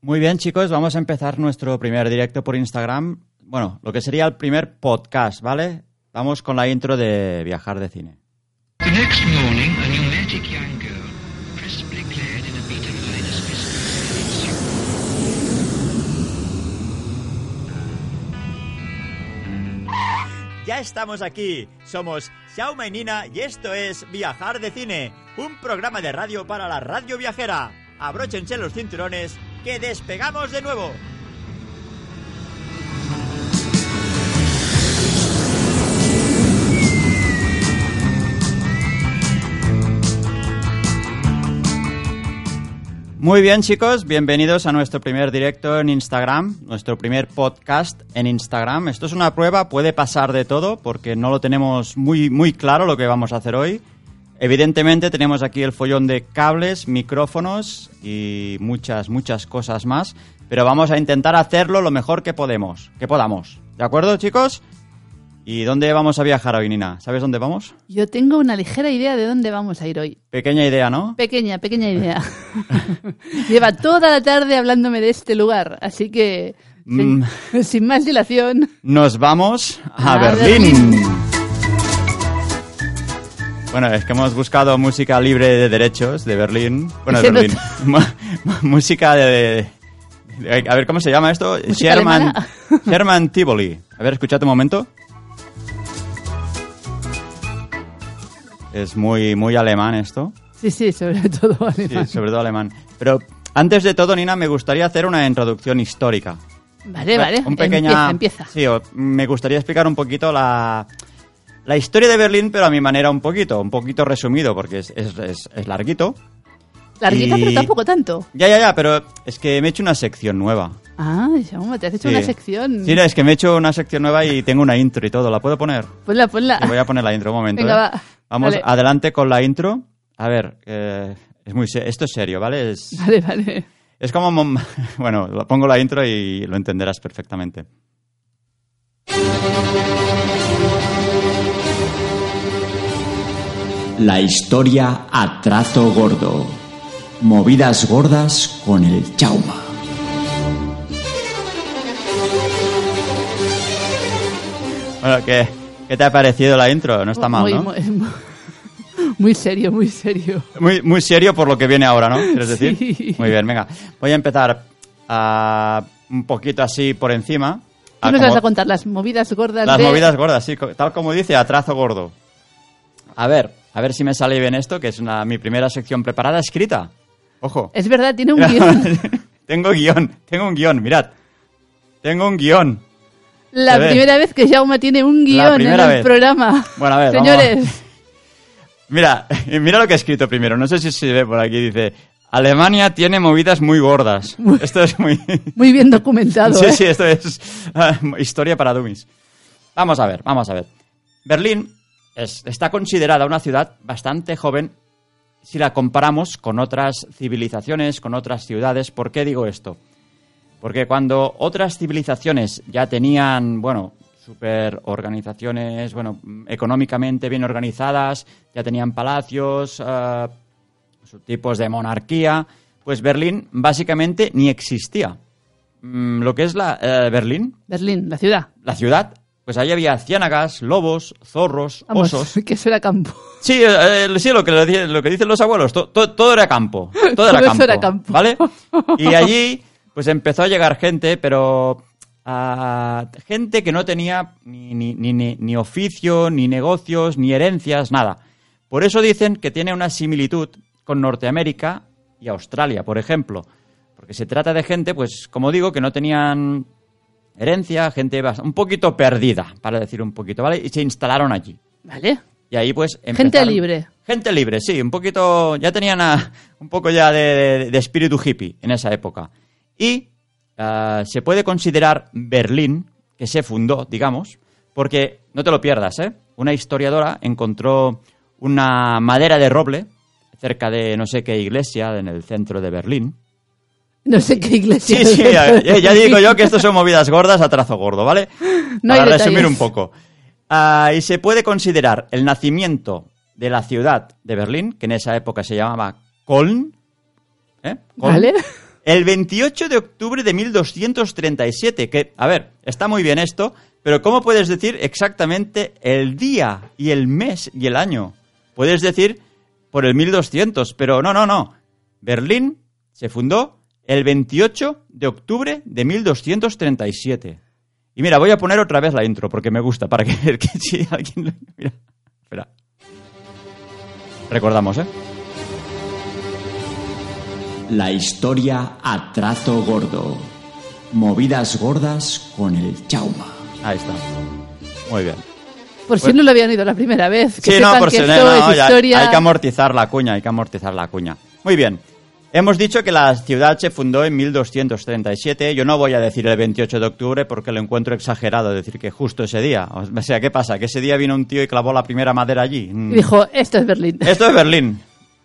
Muy bien, chicos, vamos a empezar nuestro primer directo por Instagram. Bueno, lo que sería el primer podcast, ¿vale? Vamos con la intro de Viajar de Cine. The next morning, a pneumatic young girl, crisply clad in a beat of Midas business suit. Ya estamos aquí. Somos Xiaoma y Nina y esto es Viajar de Cine, un programa de radio para la radio viajera. Abróchense los cinturones que despegamos de nuevo. Muy bien, chicos, bienvenidos a nuestro primer directo en Instagram, nuestro primer podcast en Instagram. Esto es una prueba, puede pasar de todo porque no lo tenemos muy, muy claro lo que vamos a hacer hoy. Evidentemente tenemos aquí el follón de cables, micrófonos y muchas, muchas cosas más, pero vamos a intentar hacerlo lo mejor que podemos, que podamos. ¿De acuerdo, chicos? ¿Y dónde vamos a viajar hoy, Nina? ¿Sabes dónde vamos? Yo tengo una ligera idea de dónde vamos a ir hoy. Pequeña idea, ¿no? Pequeña, pequeña idea. Lleva toda la tarde hablándome de este lugar, así que sin, Mm. sin más dilación. Nos vamos a, A Berlín. Berlín. Bueno, es que hemos buscado música libre de derechos de Berlín. Bueno, de Se Berlín. Mu- música de, de- A ver, ¿cómo se llama esto? ¿Música Sherman, alemana? Sherman Tivoli. A ver, escuchad un momento. Es muy, muy alemán esto. Sí, sí, sobre todo. alemán. Sí, sobre todo alemán. Pero antes de todo, Nina, me gustaría hacer una introducción histórica. Vale, Pe- vale. un pequeña- Empieza, empieza. Sí, o- me gustaría explicar un poquito la, la historia de Berlín, pero a mi manera un poquito, un poquito resumido, porque es, es- es- es larguito. Larguita, y- pero tampoco tanto. Ya, ya, ya, pero es que me he hecho una sección nueva. Ah, Jaume, te has hecho Sí. una sección. Sí, no, es que me he hecho una sección nueva y tengo una intro y todo. ¿La puedo poner? Ponla, ponla. Te voy a poner la intro, un momento. Venga, ¿eh? va. Vamos Vale. adelante con la intro. A ver, eh, es muy se- esto es serio, ¿vale? Es, Vale, vale. Es como... mom- Bueno, lo- pongo la intro y lo entenderás perfectamente. La historia a trazo gordo. Movidas gordas con el chauma. Bueno, ¿qué, qué te ha parecido la intro? No está mal, muy, ¿no? muy, muy- muy serio, muy serio. Muy, muy serio por lo que viene ahora, ¿no? ¿Quieres decir? Sí. Muy bien, venga. Voy a empezar ah, un poquito así por encima. Tú Ah, nos como- vas a contar las movidas gordas las de... movidas gordas, sí, co- tal como dice, a trazo gordo. A ver, a ver si me sale bien esto, que es una, mi primera sección preparada escrita. Ojo. Es verdad, tiene un guión. tengo guión, tengo un guión, mirad. Tengo un guión. La Se ve. primera vez que Jaume tiene un guión en el primera vez. programa. Bueno, a ver, vamos a- Señores, Mira, mira lo que he escrito primero. No sé si se ve por aquí. Dice: Alemania tiene movidas muy gordas. Esto es muy. muy bien documentado. sí, ¿eh? sí, esto es ah, historia para dummies. Vamos a ver, vamos a ver. Berlín es- está considerada una ciudad bastante joven si la comparamos con otras civilizaciones, con otras ciudades. ¿Por qué digo esto? Porque cuando otras civilizaciones ya tenían, bueno, super organizaciones, bueno, mm, económicamente bien organizadas, ya tenían palacios, eh, subtipos de monarquía, pues Berlín básicamente ni existía. Mm, lo que es la eh, Berlín, Berlín, la ciudad. la ciudad, pues ahí había ciénagas, lobos, zorros, Vamos, osos. que eso era campo. Sí, eh, eh, sí, lo que, le di- lo que dicen los abuelos, to- to- todo era campo. Todo era Todo eso campo. era campo. ¿Vale? Y allí, pues empezó a llegar gente, pero. ah, gente que no tenía ni, ni- ni- ni- ni oficio, ni negocios, ni herencias, nada. Por eso dicen que tiene una similitud con Norteamérica y Australia, por ejemplo. Porque se trata de gente, pues, como digo, que no tenían herencia, gente bas- un poquito perdida, para decir un poquito, ¿vale? Y se instalaron allí. Vale. Y ahí pues Gente empezaron- libre. Gente libre, sí, un poquito, ya tenían a- un poco ya de, de- de espíritu hippie en esa época. Y ah, se puede considerar Berlín, que se fundó, digamos, porque, no te lo pierdas, ¿eh? Una historiadora encontró una madera de roble cerca de no sé qué iglesia en el centro de Berlín. No sé qué iglesia. Sí, sí, ya, ya- ya digo yo que esto son movidas gordas a trazo gordo, ¿vale? No hay Para detalles. resumir un poco. Ah, y se puede considerar el nacimiento de la ciudad de Berlín, que en esa época se llamaba Köln. ¿eh? Köln. ¿Vale? El 28 de octubre de 1237, que, a ver, está muy bien esto, pero ¿cómo puedes decir exactamente el día y el mes y el año? Puedes decir por el 1200, pero no, no, no. Berlín se fundó el 28 de octubre de 1237. Y mira, voy a poner otra vez la intro porque me gusta, para que, que si alguien... lo- Mira, espera. Recordamos, ¿eh? La historia a trazo gordo. Movidas gordas con el chauma. Ahí está. Muy bien. Por si no lo habían oído la primera vez. sí, Que sepan no, por que si no, esto no, es ya- historia. hay que amortizar la cuña, hay que amortizar la cuña. Muy bien. Hemos dicho que la ciudad se fundó en 1237. Yo no voy a decir el 28 de octubre porque lo encuentro exagerado decir que justo ese día. O sea, ¿qué pasa? Que ese día vino un tío y clavó la primera madera allí. Mm. Y dijo, esto es Berlín. Esto es Berlín.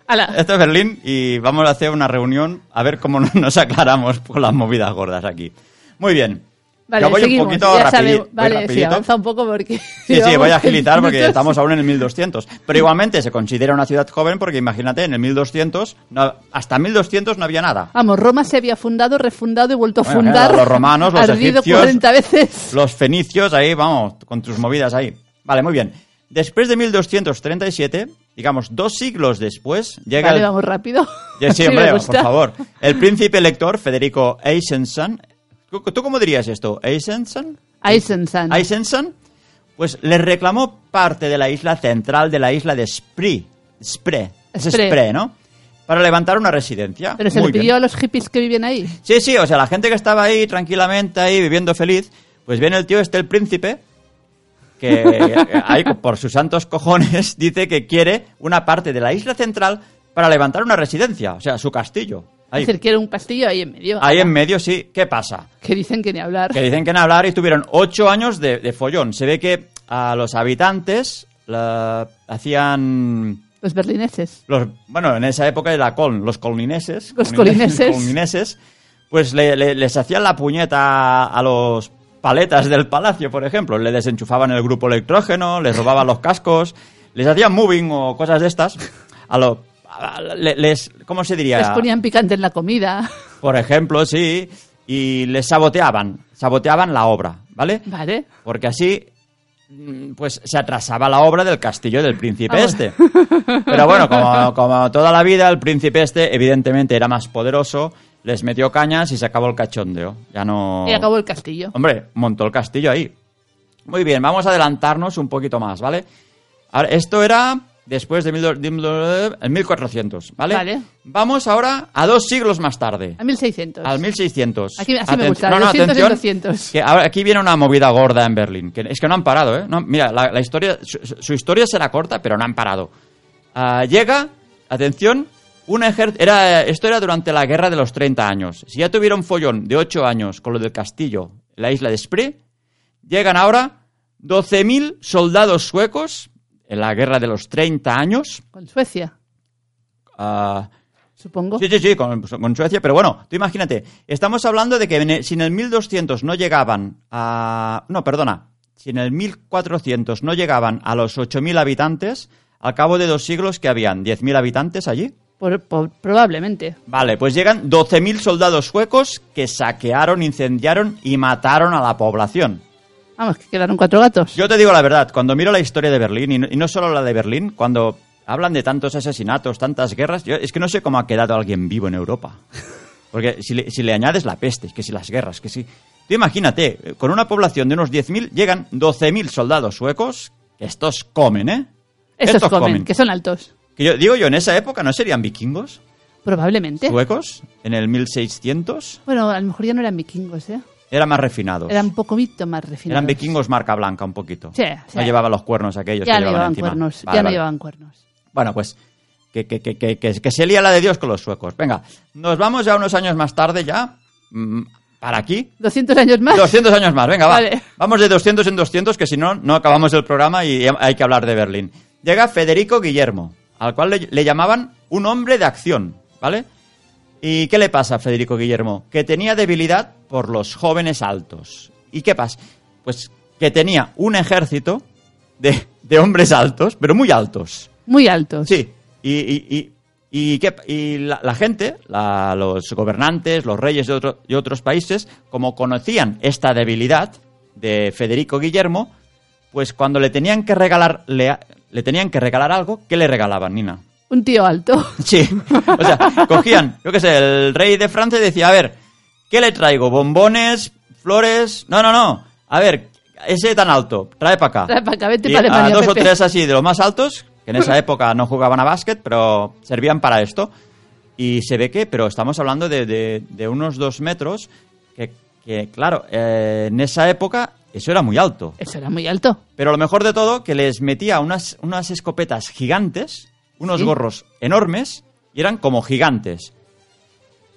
Ala. Esto es Berlín y vamos a hacer una reunión a ver cómo nos aclaramos por las movidas gordas aquí. Muy bien. Vale, Yo voy seguimos. un poquito ya rapidi- sabemos. voy Vale, sí, rapidito. avanza un poco porque... Sí, sí, voy a agilizar porque estamos estamos aún en el 1200. Pero igualmente se considera una ciudad joven porque imagínate, en el 1200, no- hasta 1200 no había nada. Vamos, Roma se había fundado, refundado y vuelto a Bueno, fundar. claro, los romanos, los Ardido egipcios. 40 veces. Los fenicios ahí, vamos, con tus movidas ahí. Vale, muy bien. Después de 1237, digamos dos siglos después, llega Vale, el- vamos rápido. Ya, sí, Que me hombre, por gusta. favor. El príncipe elector Federico Eisenstein. ¿Tú tú cómo dirías esto? ¿Eisenstein? Eisenstein. Eisenstein, pues le reclamó parte de la isla central de la isla de Spree. Spree. Es Spree. Spree, ¿no? Para levantar una residencia. Pero se Muy le pidió bien. a los hippies que viven ahí. Sí, sí, o sea, la gente que estaba ahí tranquilamente, ahí viviendo feliz, pues viene el tío este, el príncipe, que eh, ahí por sus santos cojones dice que quiere una parte de la isla central para levantar una residencia, o sea, su castillo. Ahí, Es decir, que era un castillo ahí en medio. ahí en medio, sí. ¿Qué pasa? Que dicen que ni hablar. que dicen que en hablar y tuvieron ocho años de, de follón. Se ve que a los habitantes la- hacían Los berlineses. los bueno en esa época era con los colineses Los colineses. colineses, pues le- le- les hacían la puñeta a los paletas del palacio por ejemplo le desenchufaban el grupo electrógeno les robaban los cascos les hacían moving o cosas de estas a los les cómo se diría Les ponían picante en la comida. por ejemplo sí y les saboteaban saboteaban la obra vale Vale. porque así mm, pues se atrasaba la obra del castillo del príncipe Ah, este. Pero bueno, como, como toda la vida, el príncipe este evidentemente era más poderoso, les metió cañas y se acabó el cachondeo. Ya no... Y acabó el castillo. Hombre, montó el castillo ahí. Muy bien, vamos a adelantarnos un poquito más, ¿vale? Ahora, esto era después de mil do- de mil do- en 1400, ¿vale? Vale. Vamos ahora a dos siglos más tarde. A 1600. Al 1600. Aquí- así me gusta, No, no, 200 y atención, 200. que ahora aquí viene una movida gorda en Berlín. Que es que no han parado, ¿eh? No, mira, la, la historia, su, su historia será corta, pero no han parado. Ah, llega, atención, un ejército... Era, esto era durante la Guerra de los 30 años. Si ya tuvieron follón de 8 años con lo del castillo, la isla de Spree, llegan ahora 12.000 soldados suecos en la Guerra de los 30 años. Con Suecia, ah, supongo. Sí, sí, sí, con, con Suecia, pero bueno, tú imagínate, estamos hablando de que en el- si en el 1200 no llegaban a... No, perdona, si en el 1400 no llegaban a los 8.000 habitantes, al cabo de dos siglos que habían 10.000 habitantes allí, Por- por- probablemente. vale, pues llegan 12.000 soldados suecos que saquearon, incendiaron y mataron a la población. Vamos, que quedaron cuatro gatos. Yo te digo la verdad, cuando miro la historia de Berlín, y no, y no solo la de Berlín, cuando hablan de tantos asesinatos, tantas guerras, yo es que no sé cómo ha quedado alguien vivo en Europa. Porque si le, si le añades la peste, que si las guerras, que si... Tú imagínate, eh, con una población de unos 10.000 llegan 12.000 soldados suecos, que estos comen, ¿eh? Estos, comen, que son altos. Que yo, digo yo, en esa época no serían vikingos, Probablemente. suecos, en el 1600, Bueno, a lo mejor ya no eran vikingos, ¿eh? eran más refinados. Eran un poquito más refinados. Eran vikingos marca blanca un poquito. Sí, No sí. llevaban los cuernos aquellos Ya que no llevaban llevaban encima. cuernos. Vale, ya no vale. llevaban cuernos. Bueno, pues que, que, que, que, que- que se lía la de Dios con los suecos. Venga, nos vamos ya unos años más tarde ya, mm, para aquí. 200 años más. 200 años más, venga, va. Vale. Vamos de 200 en 200, que si no, no acabamos el programa y hay que hablar de Berlín. Llega Federico Guillermo, al cual le, le llamaban un hombre de acción, ¿vale? ¿Y qué le pasa a Federico Guillermo? Que tenía debilidad por los jóvenes altos. ¿Y qué pasa? Pues que tenía un ejército de, de hombres altos, pero muy altos. Muy altos. Sí, y, y- y Y, que, y la, la gente, la- los gobernantes, los reyes de, otro- de otros países, como conocían esta debilidad de Federico Guillermo, pues cuando le tenían que regalar, le, le tenían que regalar algo, ¿qué le regalaban, Nina? Un tío alto. Sí. O sea, cogían, yo qué sé, el rey de Francia y decía, a ver, ¿qué le traigo? ¿Bombones? ¿Flores? No, no, no. A ver, ese tan alto, trae para acá. Trae pa' acá, vete Y pa' Alemania, a dos Pepe. o tres así de los más altos, que en esa época no jugaban a básquet, pero servían para esto. Y se ve que, pero estamos hablando de, de- de unos dos metros, que, que, claro, eh, en esa época eso era muy alto. Eso era muy alto. Pero lo mejor de todo, que les metía unas, unas escopetas gigantes, unos Sí. gorros enormes, y eran como gigantes.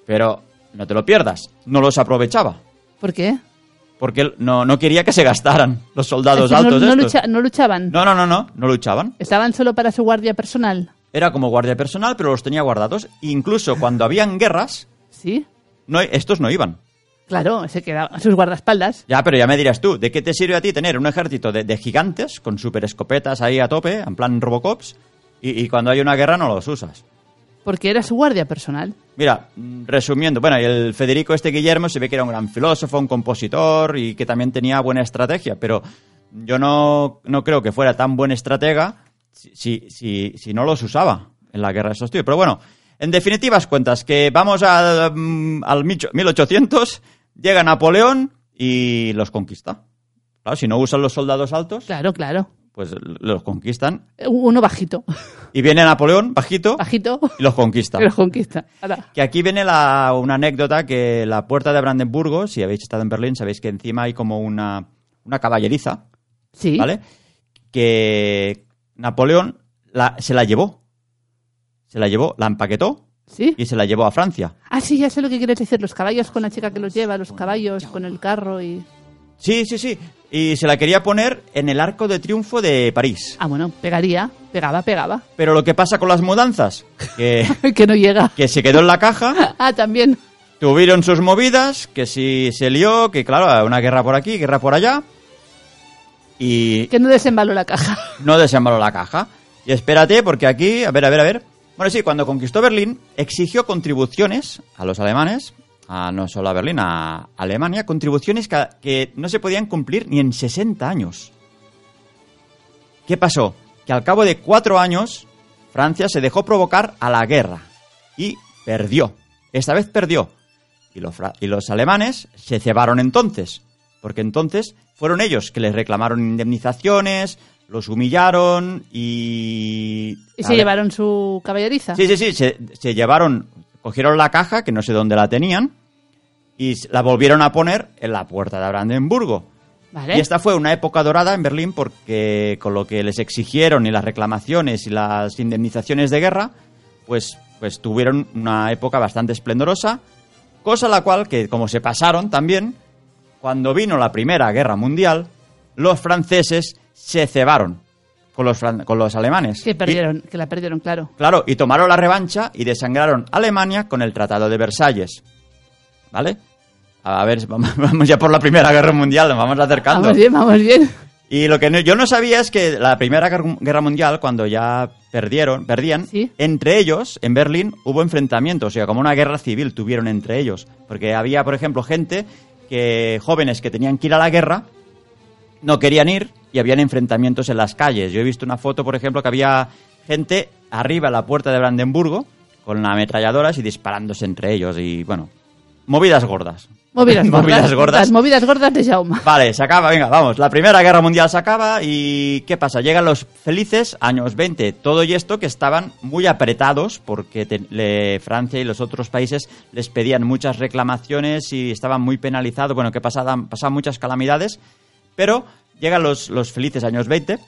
Pero no te lo pierdas, no los aprovechaba, ¿Por qué? porque no, no quería que se gastaran los soldados Es decir, no- altos no, estos. lucha- no luchaban. no, no, no, no, no luchaban. Estaban solo para su guardia personal. Era como guardia personal, pero los tenía guardados. Incluso cuando habían guerras, Sí. no, estos no iban. Claro, se quedaban sus guardaespaldas. Ya, pero ya me dirás tú, ¿de qué te sirve a ti tener un ejército de, de gigantes con super escopetas ahí a tope, en plan Robocops, y- y cuando hay una guerra no los usas? Porque era su guardia personal. Mira, mm, resumiendo, bueno, y el Federico este Guillermo se ve que era un gran filósofo, un compositor y que también tenía buena estrategia, pero yo no, no creo que fuera tan buen estratega si, si, si, si no los usaba en la guerra de esos tíos. Pero bueno, en definitivas cuentas, que vamos al, mm, al 1800, llega Napoleón y los conquista. Claro, si no usan los soldados altos, Claro, claro. Eh, pues los conquistan. Uno bajito. Y viene Napoleón, bajito, Bajito. y los conquista. Pero conquista. Ala. Que aquí viene la- una anécdota que la puerta de Brandenburgo, si habéis estado en Berlín, sabéis que encima hay como una, una caballeriza, Sí. ¿vale? Que Napoleón la- se la llevó. Se la llevó, la empaquetó Sí. y se la llevó a Francia. Ah, sí, ya sé lo que quieres decir. Los caballos con la chica que los lleva, los caballos con el carro y. Sí, sí, sí. Y se la quería poner en el arco de triunfo de París. Ah, bueno, pegaría. Pegaba, pegaba. Pero lo que pasa con las mudanzas, que, que no llega. que se quedó en la caja Ah, también. Tuvieron sus movidas, que si se lió, que claro, una guerra por aquí, guerra por allá. Y Que no desembaló la caja. no desembaló la caja. Y espérate, porque aquí, a ver, a ver, a ver. Bueno, sí, cuando conquistó Berlín, exigió contribuciones a los alemanes, a no solo a Berlín, a Alemania, contribuciones que, que no se podían cumplir ni en 60 años. ¿Qué pasó? Que al cabo de cuatro años, Francia se dejó provocar a la guerra y perdió. Esta vez perdió. Y los, fra- y los alemanes se cebaron entonces, porque entonces fueron ellos que les reclamaron indemnizaciones, los humillaron y... Y Ale- se llevaron su caballeriza. Sí, sí, sí, se, se llevaron, cogieron la caja, que no sé dónde la tenían, y s- la volvieron a poner en la puerta de Brandenburgo. Vale. Y esta fue una época dorada en Berlín porque con lo que les exigieron y las reclamaciones y las indemnizaciones de guerra, pues, pues tuvieron una época bastante esplendorosa, cosa la cual que como se pasaron también, cuando vino la Primera Guerra Mundial, los franceses se cebaron con los, fran- con los alemanes. Que Y- perdieron, que la perdieron, claro. Claro, y tomaron la revancha y desangraron a Alemania con el Tratado de Versalles. ¿Vale? A ver, vamos vamos ya por la Primera Guerra Mundial, nos vamos acercando. Vamos bien, vamos bien. Y lo que no- yo no sabía es que la Primera Guer- Guerra Mundial, cuando ya perdieron, perdían, Sí. entre ellos, en Berlín, hubo enfrentamientos, o sea, como una guerra civil tuvieron entre ellos. Porque había, por ejemplo, gente que, jóvenes que tenían que ir a la guerra, no querían ir y habían enfrentamientos en las calles. Yo he visto una foto, por ejemplo, que había gente arriba a la puerta de Brandenburgo con ametralladoras y disparándose entre ellos y, bueno, movidas gordas. Movidas gordas. movidas gordas. Las movidas gordas de Jaume. Vale, se acaba, venga, vamos. La Primera Guerra Mundial se acaba y ¿qué pasa? Llegan los felices años 20. Todo y esto que estaban muy apretados porque te- le- Francia y los otros países les pedían muchas reclamaciones y estaban muy penalizados. Bueno, que pasaban, pasaban muchas calamidades, pero llegan los, los felices años 20,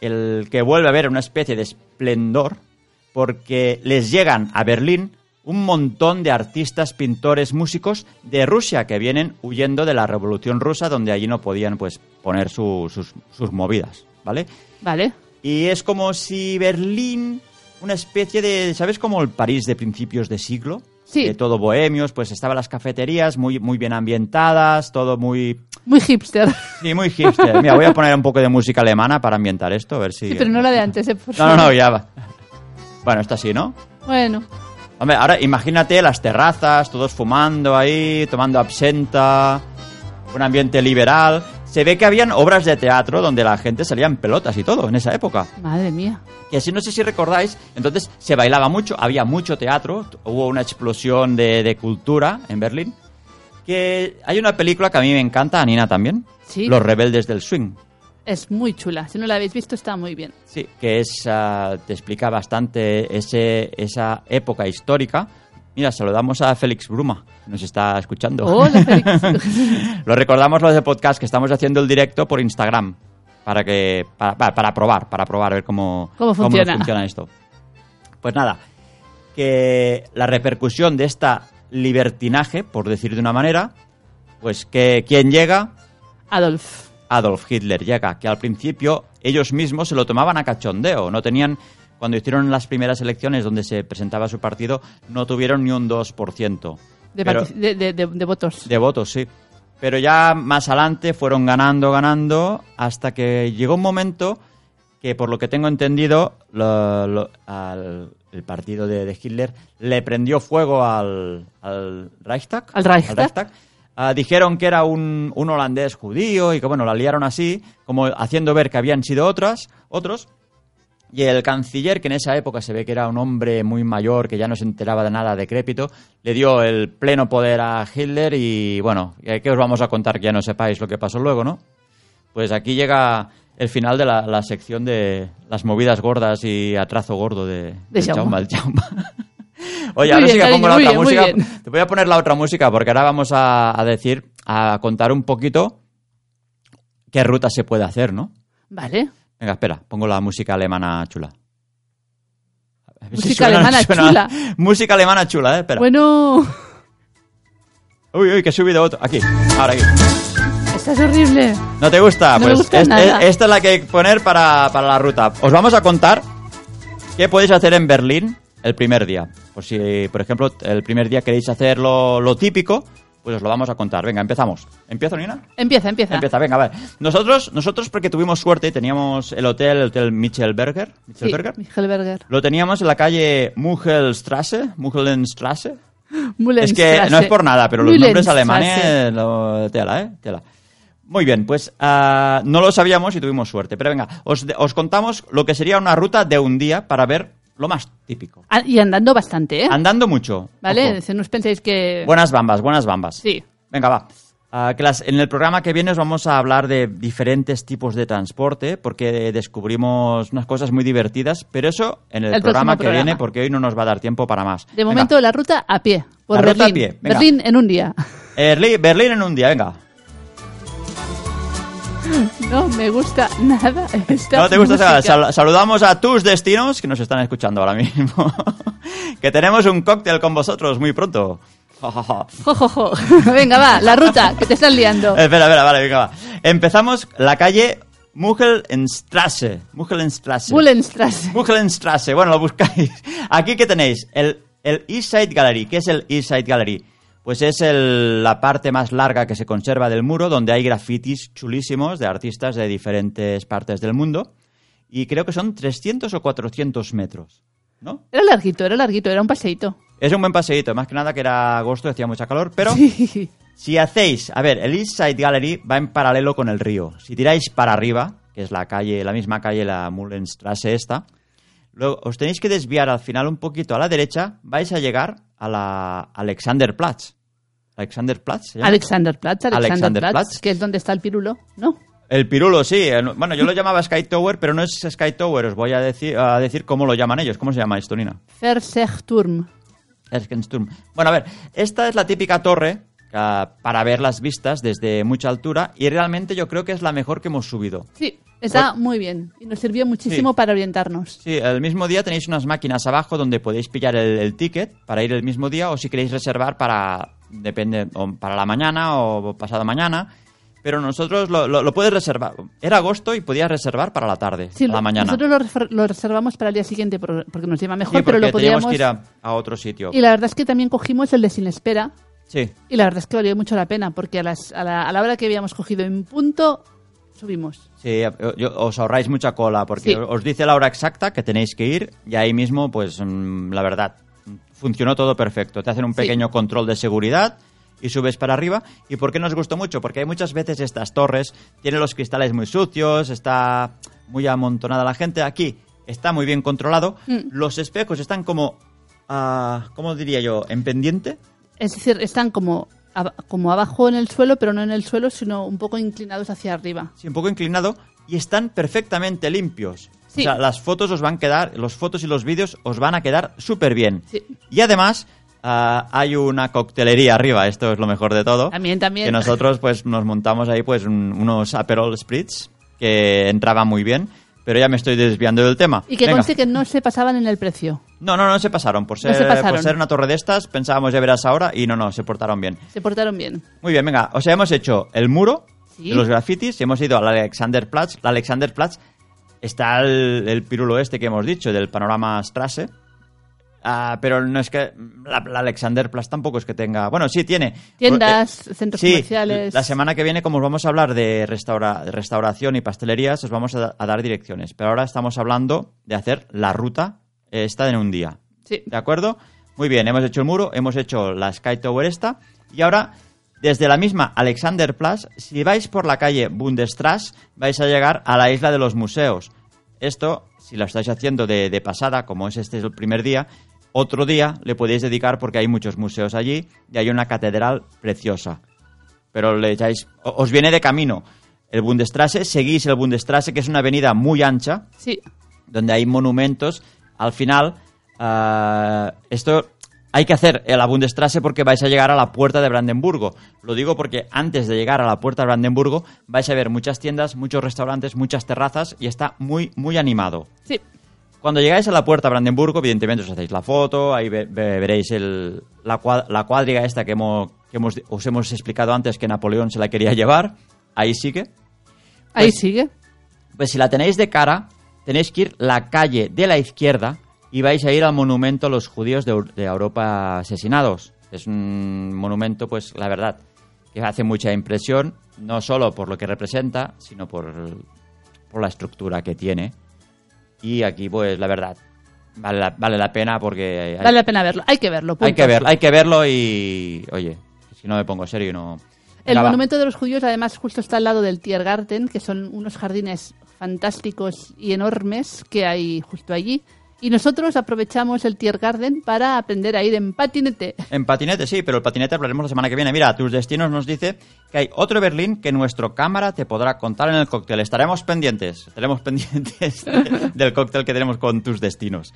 el que vuelve a haber una especie de esplendor porque les llegan a Berlín un montón de artistas, pintores, músicos de Rusia que vienen huyendo de la Revolución Rusa, donde allí no podían pues poner su- sus, sus movidas, ¿vale? Vale. Y es como si Berlín, una especie de, ¿sabes? Como el París de principios de siglo, Sí. de todo bohemios, pues estaban las cafeterías muy, muy bien ambientadas, todo muy, Muy hipster. sí, muy hipster. Mira, voy a poner un poco de música alemana para ambientar esto, a ver si. Sí, pero no la de antes, ¿eh? Por No, no, favor. no, ya va. Bueno, esta sí, ¿no? Bueno, Hombre, ahora imagínate las terrazas, todos fumando ahí, tomando absenta, un ambiente liberal. Se ve que habían obras de teatro donde la gente salía en pelotas y todo en esa época. madre mía. Que si no sé si recordáis, entonces se bailaba mucho, había mucho teatro, t- hubo una explosión de, de cultura en Berlín. Que hay una película que a mí me encanta, a Nina también, Sí. Los Rebeldes del Swing. Es muy chula. Si no la habéis visto, está muy bien. Sí, que es, ah, te explica bastante ese, esa época histórica. Mira, saludamos a Félix Bruma, que nos está escuchando. Hola, Félix. Lo recordamos los de podcast que estamos haciendo el directo por Instagram para que para, para- para probar, para probar a ver cómo Cómo nos funciona. funciona esto. Pues nada, que la repercusión de esta libertinaje, por decir de una manera, pues que quien llega, Adolf. Adolf Hitler llega, que al principio ellos mismos se lo tomaban a cachondeo, no tenían cuando hicieron las primeras elecciones donde se presentaba su partido, no tuvieron ni un 2%. De, Pero- partic- de, de- de- de votos. de votos, sí. Pero ya más adelante fueron ganando, ganando, hasta que llegó un momento que, por lo que tengo entendido, lo- lo- al- el partido de, de Hitler le prendió fuego al, al Reichstag. Al Reichstag. Ah, dijeron que era un, un holandés judío y que, bueno, la liaron así, como haciendo ver que habían sido otras, otros. Y el canciller, que en esa época se ve que era un hombre muy mayor, que ya no se enteraba de nada decrépito, le dio el pleno poder a Hitler y bueno, eh, ¿qué os vamos a contar que ya no sepáis lo que pasó luego, no? Pues aquí llega el final de la, la sección de las movidas gordas y atrazo gordo de, de Jaume. Jaume, el Jaume. Oye, Muy ahora sí bien, que cariño, pongo la otra muy bien, muy música. bien. Te voy a poner la otra música porque ahora vamos a, a decir, a contar un poquito qué ruta se puede hacer, ¿no? Vale. Venga, espera, pongo la música alemana chula. A ver Música alemana chula. Música alemana chula, eh, espera. Bueno, Uy, uy, que he subido otro. Aquí, ahora aquí. estás horrible. ¿No te gusta? No me pues gusta es- nada. es- esta es la que hay que poner para, para la ruta. Os vamos a contar qué podéis hacer en Berlín el primer día. Por si, por ejemplo, el primer día queréis hacer lo, lo típico, pues os lo vamos a contar. Venga, empezamos. ¿Empiezo, Nina? Empieza, empieza. Empieza, venga, vale. Nosotros, nosotros porque tuvimos suerte y teníamos el hotel, el hotel Michelberger. Sí, Michelberger. Michelberger. Lo teníamos en la calle Mugelstrasse, Mugelenstrasse. Es que Mühlenstrasse. no es por nada, pero los nombres Mühlenstrasse. alemanes, lo- tela, ¿eh? Tela. Muy bien, pues ah, no lo sabíamos y tuvimos suerte. Pero venga, os, de- os contamos lo que sería una ruta de un día para ver lo más típico. Ah, Y andando bastante, ¿eh? Andando mucho. ¿Vale? ojo. Si no os pensáis que... Buenas bambas, buenas bambas. Sí. Venga, va. Ah, que las- en el programa que viene os vamos a hablar de diferentes tipos de transporte porque descubrimos unas cosas muy divertidas, pero eso en el, El próximo programa que programa. viene porque hoy no nos va a dar tiempo para más. De Venga. momento la ruta a pie. Por La Berlín. ruta a pie, venga. Berlín en un día. Erli- Berlín en un día, venga. No me gusta nada esta no te gusta música. esa- sal- saludamos a tus destinos que nos están escuchando ahora mismo. que tenemos un cóctel con vosotros muy pronto. Jo, jo, jo. Venga, va, la ruta, que te estás liando. Eh, Espera, espera, vale, venga, va. Empezamos la calle Mugelstrasse. Mugelstrasse. Bullenstrasse. Buchlenstrasse, bueno, lo buscáis. Aquí que tenéis el, el East Side Gallery. ¿Qué es el East Side Gallery? Pues es el- la parte más larga que se conserva del muro, donde hay grafitis chulísimos de artistas de diferentes partes del mundo. Y creo que son 300 o 400 metros, ¿no? Era larguito, era larguito, era un paseíto. Es un buen paseíto, más que nada que era agosto, hacía mucha calor, pero Sí. si hacéis, a ver, el East Side Gallery va en paralelo con el río. Si tiráis para arriba, que es la calle, la misma calle, la Mullenstrasse esta, luego os tenéis que desviar al final un poquito a la derecha, vais a llegar a la Alexanderplatz. Alexanderplatz, ¿se llama? Alexanderplatz, Alexanderplatz, Alexanderplatz. que es donde está el pirulo, ¿no? El pirulo, sí. el- Bueno, yo lo llamaba Sky Tower, pero no es Sky Tower. Os voy a decir, a decir cómo lo llaman ellos. ¿Cómo se llama esto, Nina? Versechturm. Erkensturm. Bueno, a ver, esta es la típica torre ah, para ver las vistas desde mucha altura y realmente yo creo que es la mejor que hemos subido. Sí, está muy bien y nos sirvió muchísimo Pues- Sí. para orientarnos. Sí, el mismo día tenéis unas máquinas abajo donde podéis pillar el, el ticket para ir el mismo día o si queréis reservar para depende o para la mañana o pasado mañana. Pero nosotros lo, lo- lo puedes reservar. Era agosto y podías reservar para la tarde, Sí, a la lo- mañana. nosotros lo, refer- lo reservamos para el día siguiente por- porque nos lleva Sí, mejor, porque pero lo teníamos podíamos... que ir a, a otro sitio. Y la verdad es que también cogimos el de Sin Espera Sí. y la verdad es que valió mucho la pena porque a, las- a la, a la hora que habíamos cogido en punto subimos. Sí, yo- yo- os ahorráis mucha cola porque Sí. os dice la hora exacta que tenéis que ir y ahí mismo, pues mm, la verdad, funcionó todo perfecto. Te hacen un Sí. pequeño control de seguridad y subes para arriba. ¿Y por qué nos gustó mucho? Porque hay muchas veces estas torres tienen los cristales muy sucios, está muy amontonada la gente. Aquí está muy bien controlado. Mm. Los espejos están como, ah, ¿cómo diría yo? ¿En pendiente? Es decir, están como, ab- como abajo en el suelo, pero no en el suelo, sino un poco inclinados hacia arriba. sí, un poco inclinado y están perfectamente limpios. O Sí. sea, las fotos os van a quedar, los fotos y los vídeos os van a quedar súper bien. Sí. Y además ah, hay una coctelería arriba, esto es lo mejor de todo. También, también. Que nosotros pues nos montamos ahí pues un- unos Aperol Spritz que entraban muy bien, pero ya me estoy desviando del tema. Y que Venga. conste que no se pasaban en el precio. No, no, no se pasaron. Por No ser, se pasaron. Por ser una torre de estas pensábamos ya verás ahora y no, no, se portaron bien. Se portaron bien. Muy bien, venga. O sea, hemos hecho el muro, Sí. de los grafitis, y hemos ido al Alexanderplatz. La Alexanderplatz está el, el pirulo este que hemos dicho, del panorama Strasse. Ah, pero no es que la, la Alexanderplatz tampoco es que tenga... Bueno, sí, tiene... Eh, Tiendas, centros sí, comerciales. la semana que viene, como os vamos a hablar de restaura- de restauración y pastelerías, os vamos a, da- a dar direcciones. Pero ahora estamos hablando de hacer la ruta eh, esta en un día. Sí. ¿De acuerdo? Muy bien, hemos hecho el muro, hemos hecho la Sky Tower esta. Y ahora, desde la misma Alexanderplatz, si vais por la calle Bundesstraße, vais a llegar a la isla de los museos. Esto, si lo estáis haciendo de, de pasada, como es este es el primer día, otro día le podéis dedicar porque hay muchos museos allí y hay una catedral preciosa pero le echáis, o- os viene de camino el Bundesstraße, seguís el Bundesstraße, que es una avenida muy ancha, Sí. donde hay monumentos. Al final, ah, esto hay que hacer el Bundesstraße porque vais a llegar a la puerta de Brandenburgo. Lo digo porque antes de llegar a la puerta de Brandenburgo vais a ver muchas tiendas, muchos restaurantes, muchas terrazas y está muy, muy animado. Sí. Cuando llegáis a la puerta de Brandenburgo, evidentemente os hacéis la foto, ahí ve- ve- veréis el- la, cua- la cuadriga esta que, hemos, que hemos- os hemos explicado antes que Napoleón se la quería llevar. Ahí sigue. Ahí Pues- sigue. Pues si la tenéis de cara, tenéis que ir la calle de la izquierda y vais a ir al monumento a los judíos de, Eu- de Europa asesinados. Es un monumento, pues la verdad, que hace mucha impresión, no solo por lo que representa, sino por, por la estructura que tiene. Y aquí, pues la verdad, vale la, vale la pena porque hay, Vale la pena verlo. Hay que verlo. hay punto. que ver, hay que verlo y, oye, si no me pongo serio y no... El Venga, va. monumento de los judíos, además, justo está al lado del Tiergarten, que son unos jardines fantásticos y enormes que hay justo allí. Y nosotros aprovechamos el Tiergarten para aprender a ir en patinete. En patinete, sí, pero el patinete hablaremos la semana que viene. Mira, tus destinos nos dice que hay otro Berlín que nuestro cámara te podrá contar en el cóctel. Estaremos pendientes, estaremos pendientes de- del cóctel que tenemos con tus destinos.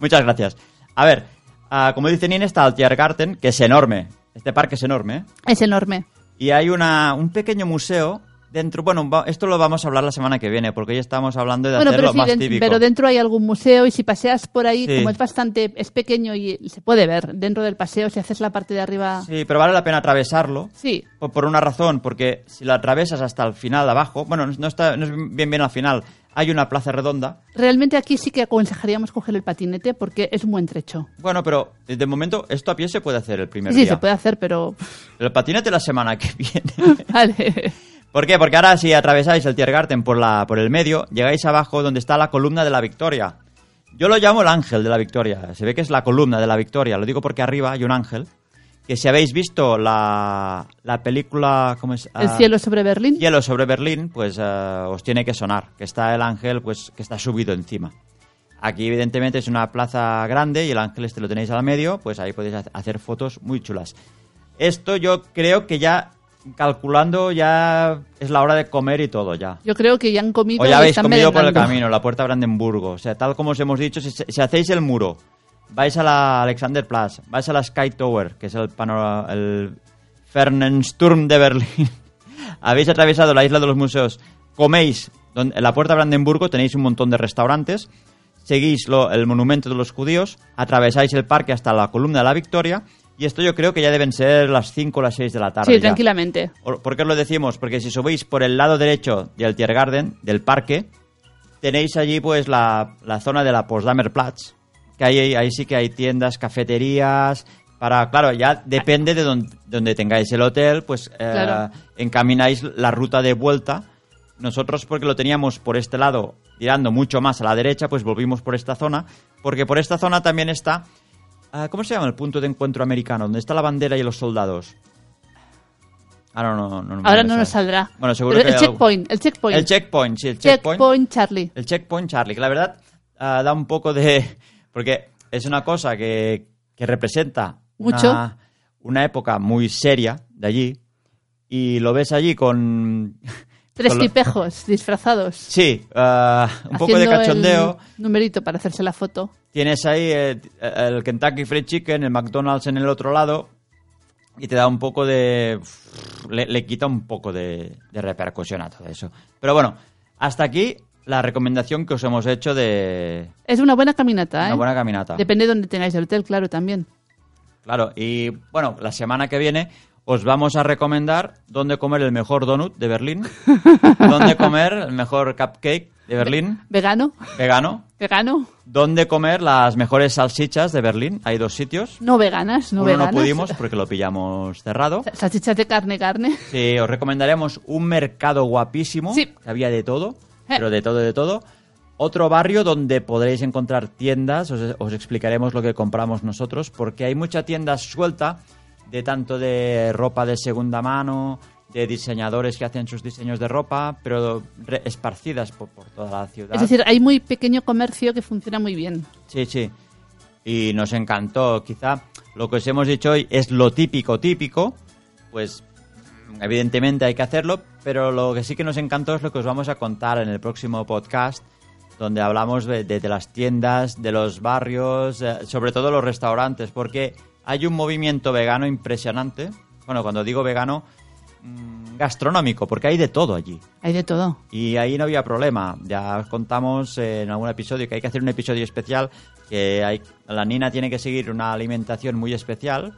Muchas gracias. A ver, ah, como dice Nin, está el Tiergarten, que es enorme. Este parque es enorme, ¿eh? Es enorme. Y hay una, un pequeño museo dentro. Bueno, va- esto lo vamos a hablar la semana que viene, porque hoy estamos hablando de Bueno, hacerlo pero, sí, más den- típico. pero dentro hay algún museo y si paseas por ahí, Sí. como es bastante, es pequeño y se puede ver dentro del paseo, si haces la parte de arriba. Sí, pero vale la pena atravesarlo. Sí, Por, por una razón, porque si la atravesas hasta el final abajo, bueno, no, está, no es bien bien al final, hay una plaza redonda. realmente aquí sí que aconsejaríamos coger el patinete porque es un buen trecho. Bueno, pero eh, de momento esto a pie se puede hacer el primer Sí, día. se puede hacer, pero El patinete la semana que viene. vale. ¿Por qué? Porque ahora si atravesáis el Tiergarten por, la, por el medio, llegáis abajo donde está la columna de la victoria. Yo lo llamo el ángel de la victoria. Se ve que es la columna de la victoria. Lo digo porque arriba hay un ángel. Que si habéis visto la, la película... ¿Cómo es? El Ah, cielo sobre Berlín. hielo sobre Berlín, pues eh, os tiene que sonar, que está el ángel, pues que está subido encima. Aquí, evidentemente, es una plaza grande y el ángel este lo tenéis al medio, pues ahí podéis ha- hacer fotos muy chulas. Esto yo creo que ya, calculando, ya es la hora de comer y todo ya. Yo creo que ya han comido O y ya habéis están comido por el merengando. camino, la puerta de Brandenburgo. O sea, tal como os hemos dicho, si, si hacéis el muro, vais a la Alexanderplatz, vais a la Sky Tower, que es el, pano- el Fernensturm de Berlín. habéis atravesado la isla de los museos, coméis don- en la puerta de Brandenburgo, tenéis un montón de restaurantes, seguís lo- el monumento de los judíos, atravesáis el parque hasta la columna de la Victoria. Y esto yo creo que ya deben ser las 5 o las 6 de la tarde. Sí, ya. tranquilamente. O- ¿Por qué os lo decimos? Porque si subís por el lado derecho del Tiergarten, del parque, tenéis allí pues la, la zona de la Potsdamerplatz, que ahí, ahí sí que hay tiendas, cafeterías, para, claro, ya depende de donde, donde tengáis el hotel, pues eh, Claro. encamináis la ruta de vuelta Nosotros, porque lo teníamos por este lado, tirando mucho más a la derecha, pues volvimos por esta zona, porque por esta zona también está... ah, ¿Cómo se llama el punto de encuentro americano? Donde está la bandera y los soldados. Ahora no, no, no me Ahora no sale. nos saldrá. Bueno, seguro Pero que el hay algo. checkpoint, el checkpoint. El checkpoint, sí, el checkpoint. checkpoint. Charlie. El checkpoint Charlie, que la verdad ah, da un poco de... Porque es una cosa que, que representa una- Mucho. una época muy seria de allí. Y lo ves allí con Tres Con lo- tipejos disfrazados. Sí, ah, un poco de haciendo el cachondeo. Numerito para hacerse la foto. Tienes ahí eh, el Kentucky Fried Chicken, el McDonald's en el otro lado y te da un poco de... Le, le quita un poco de, de repercusión a todo eso. Pero bueno, hasta aquí la recomendación que os hemos hecho de Es una buena caminata, ¿eh? una buena caminata. Depende de donde tengáis el hotel, claro, también. Claro, y bueno, la semana que viene os vamos a recomendar dónde comer el mejor donut de Berlín, dónde comer el mejor cupcake de Berlín, ¿Vegano? vegano, ¿Vegano? dónde comer las mejores salsichas de Berlín. Hay dos sitios. No veganas, no Uno veganas. no pudimos porque lo pillamos cerrado. Sa- Salchichas de carne, carne. Sí, os recomendaremos un mercado guapísimo. Sí. que había de todo, Eh. pero de todo, de todo. Otro barrio donde podréis encontrar tiendas, os, os explicaremos lo que compramos nosotros, porque hay mucha tienda suelta de tanto de ropa de segunda mano, de diseñadores que hacen sus diseños de ropa, pero re- esparcidas por, por toda la ciudad. Es decir, hay muy pequeño comercio que funciona muy bien. Sí, sí. Y nos encantó. Quizá lo que os hemos dicho hoy es lo típico, típico. Pues evidentemente hay que hacerlo, pero lo que sí que nos encantó es lo que os vamos a contar en el próximo podcast, donde hablamos de, de- de las tiendas, de los barrios, eh, sobre todo los restaurantes, porque hay un movimiento vegano impresionante. Bueno, cuando digo vegano, mm, gastronómico, porque hay de todo allí. Hay de todo. Y ahí no había problema. Ya os contamos eh, en algún episodio que hay que hacer un episodio especial, que hay, la nina tiene que seguir una alimentación muy especial.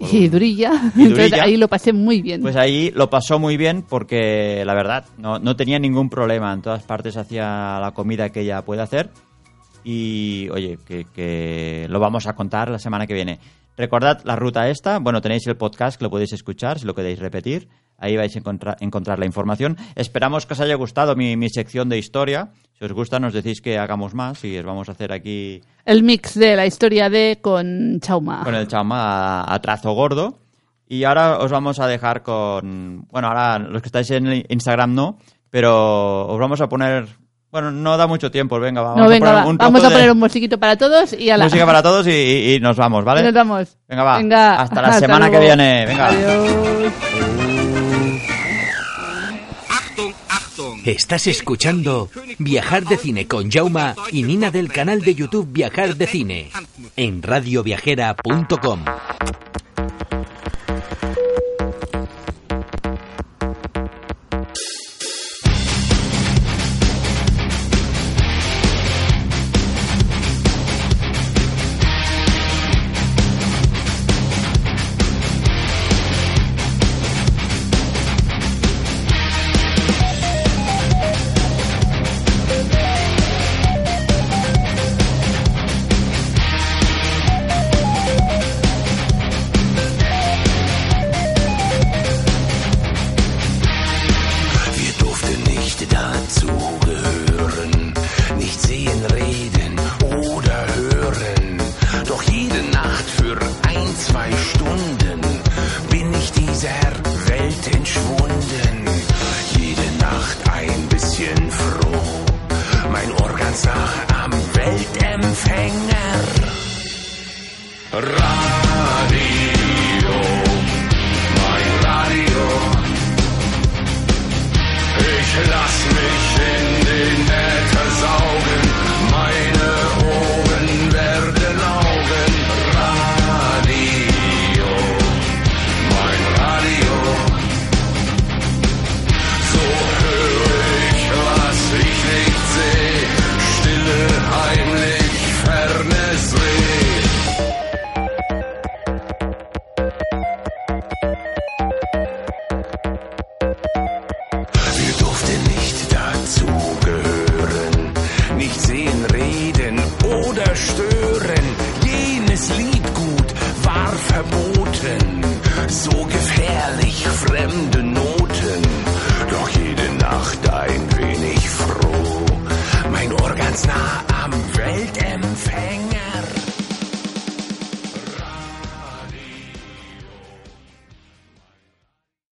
Y durilla. Y Entonces durilla. ahí lo pasé muy bien. Pues ahí lo pasó muy bien porque la verdad no, no tenía ningún problema. En todas partes hacía la comida que ella puede hacer. Y oye, que, que lo vamos a contar la semana que viene. Recordad la ruta esta. Bueno, tenéis el podcast que lo podéis escuchar si lo queréis repetir. Ahí vais a encontrar, encontrar la información. Esperamos que os haya gustado mi, mi sección de historia. Si os gusta, nos decís que hagamos más y os vamos a hacer aquí El mix de la historia de con Chauma. con el chama a, a trazo gordo. Y ahora os vamos a dejar con. Bueno, ahora los que estáis en el Instagram no, pero os vamos a poner. Bueno, no da mucho tiempo, venga, vamos no, a venga, poner va. un vamos trozo a poner de un musiquito para todos y a la... música para todos y, y- y nos vamos, ¿vale? Nos vamos. Venga, va. Hasta la semana que luego. viene. Venga. Adiós. Estás escuchando Viajar de Cine con Jauma y Nina del canal de YouTube Viajar de Cine en radioviajera.com. Wir durften nicht dazugehören, nicht sehen, reden oder hören. Doch jede Nacht für ein, zwei Stunden bin ich dieser Welt entschwunden. Jede Nacht ein bisschen froh, mein Ohr ganz nah am Weltempfänger. Radio, mein Radio. Ich lass mich in den Äther saugen, meine Ohren werden Augen. Radio, mein Radio. So höre ich, was ich nicht seh, stille, heimlich, fernes Reh. Wir durften nicht dazugehören, nicht sehen, reden oder stören. Jenes Liedgut war verboten, so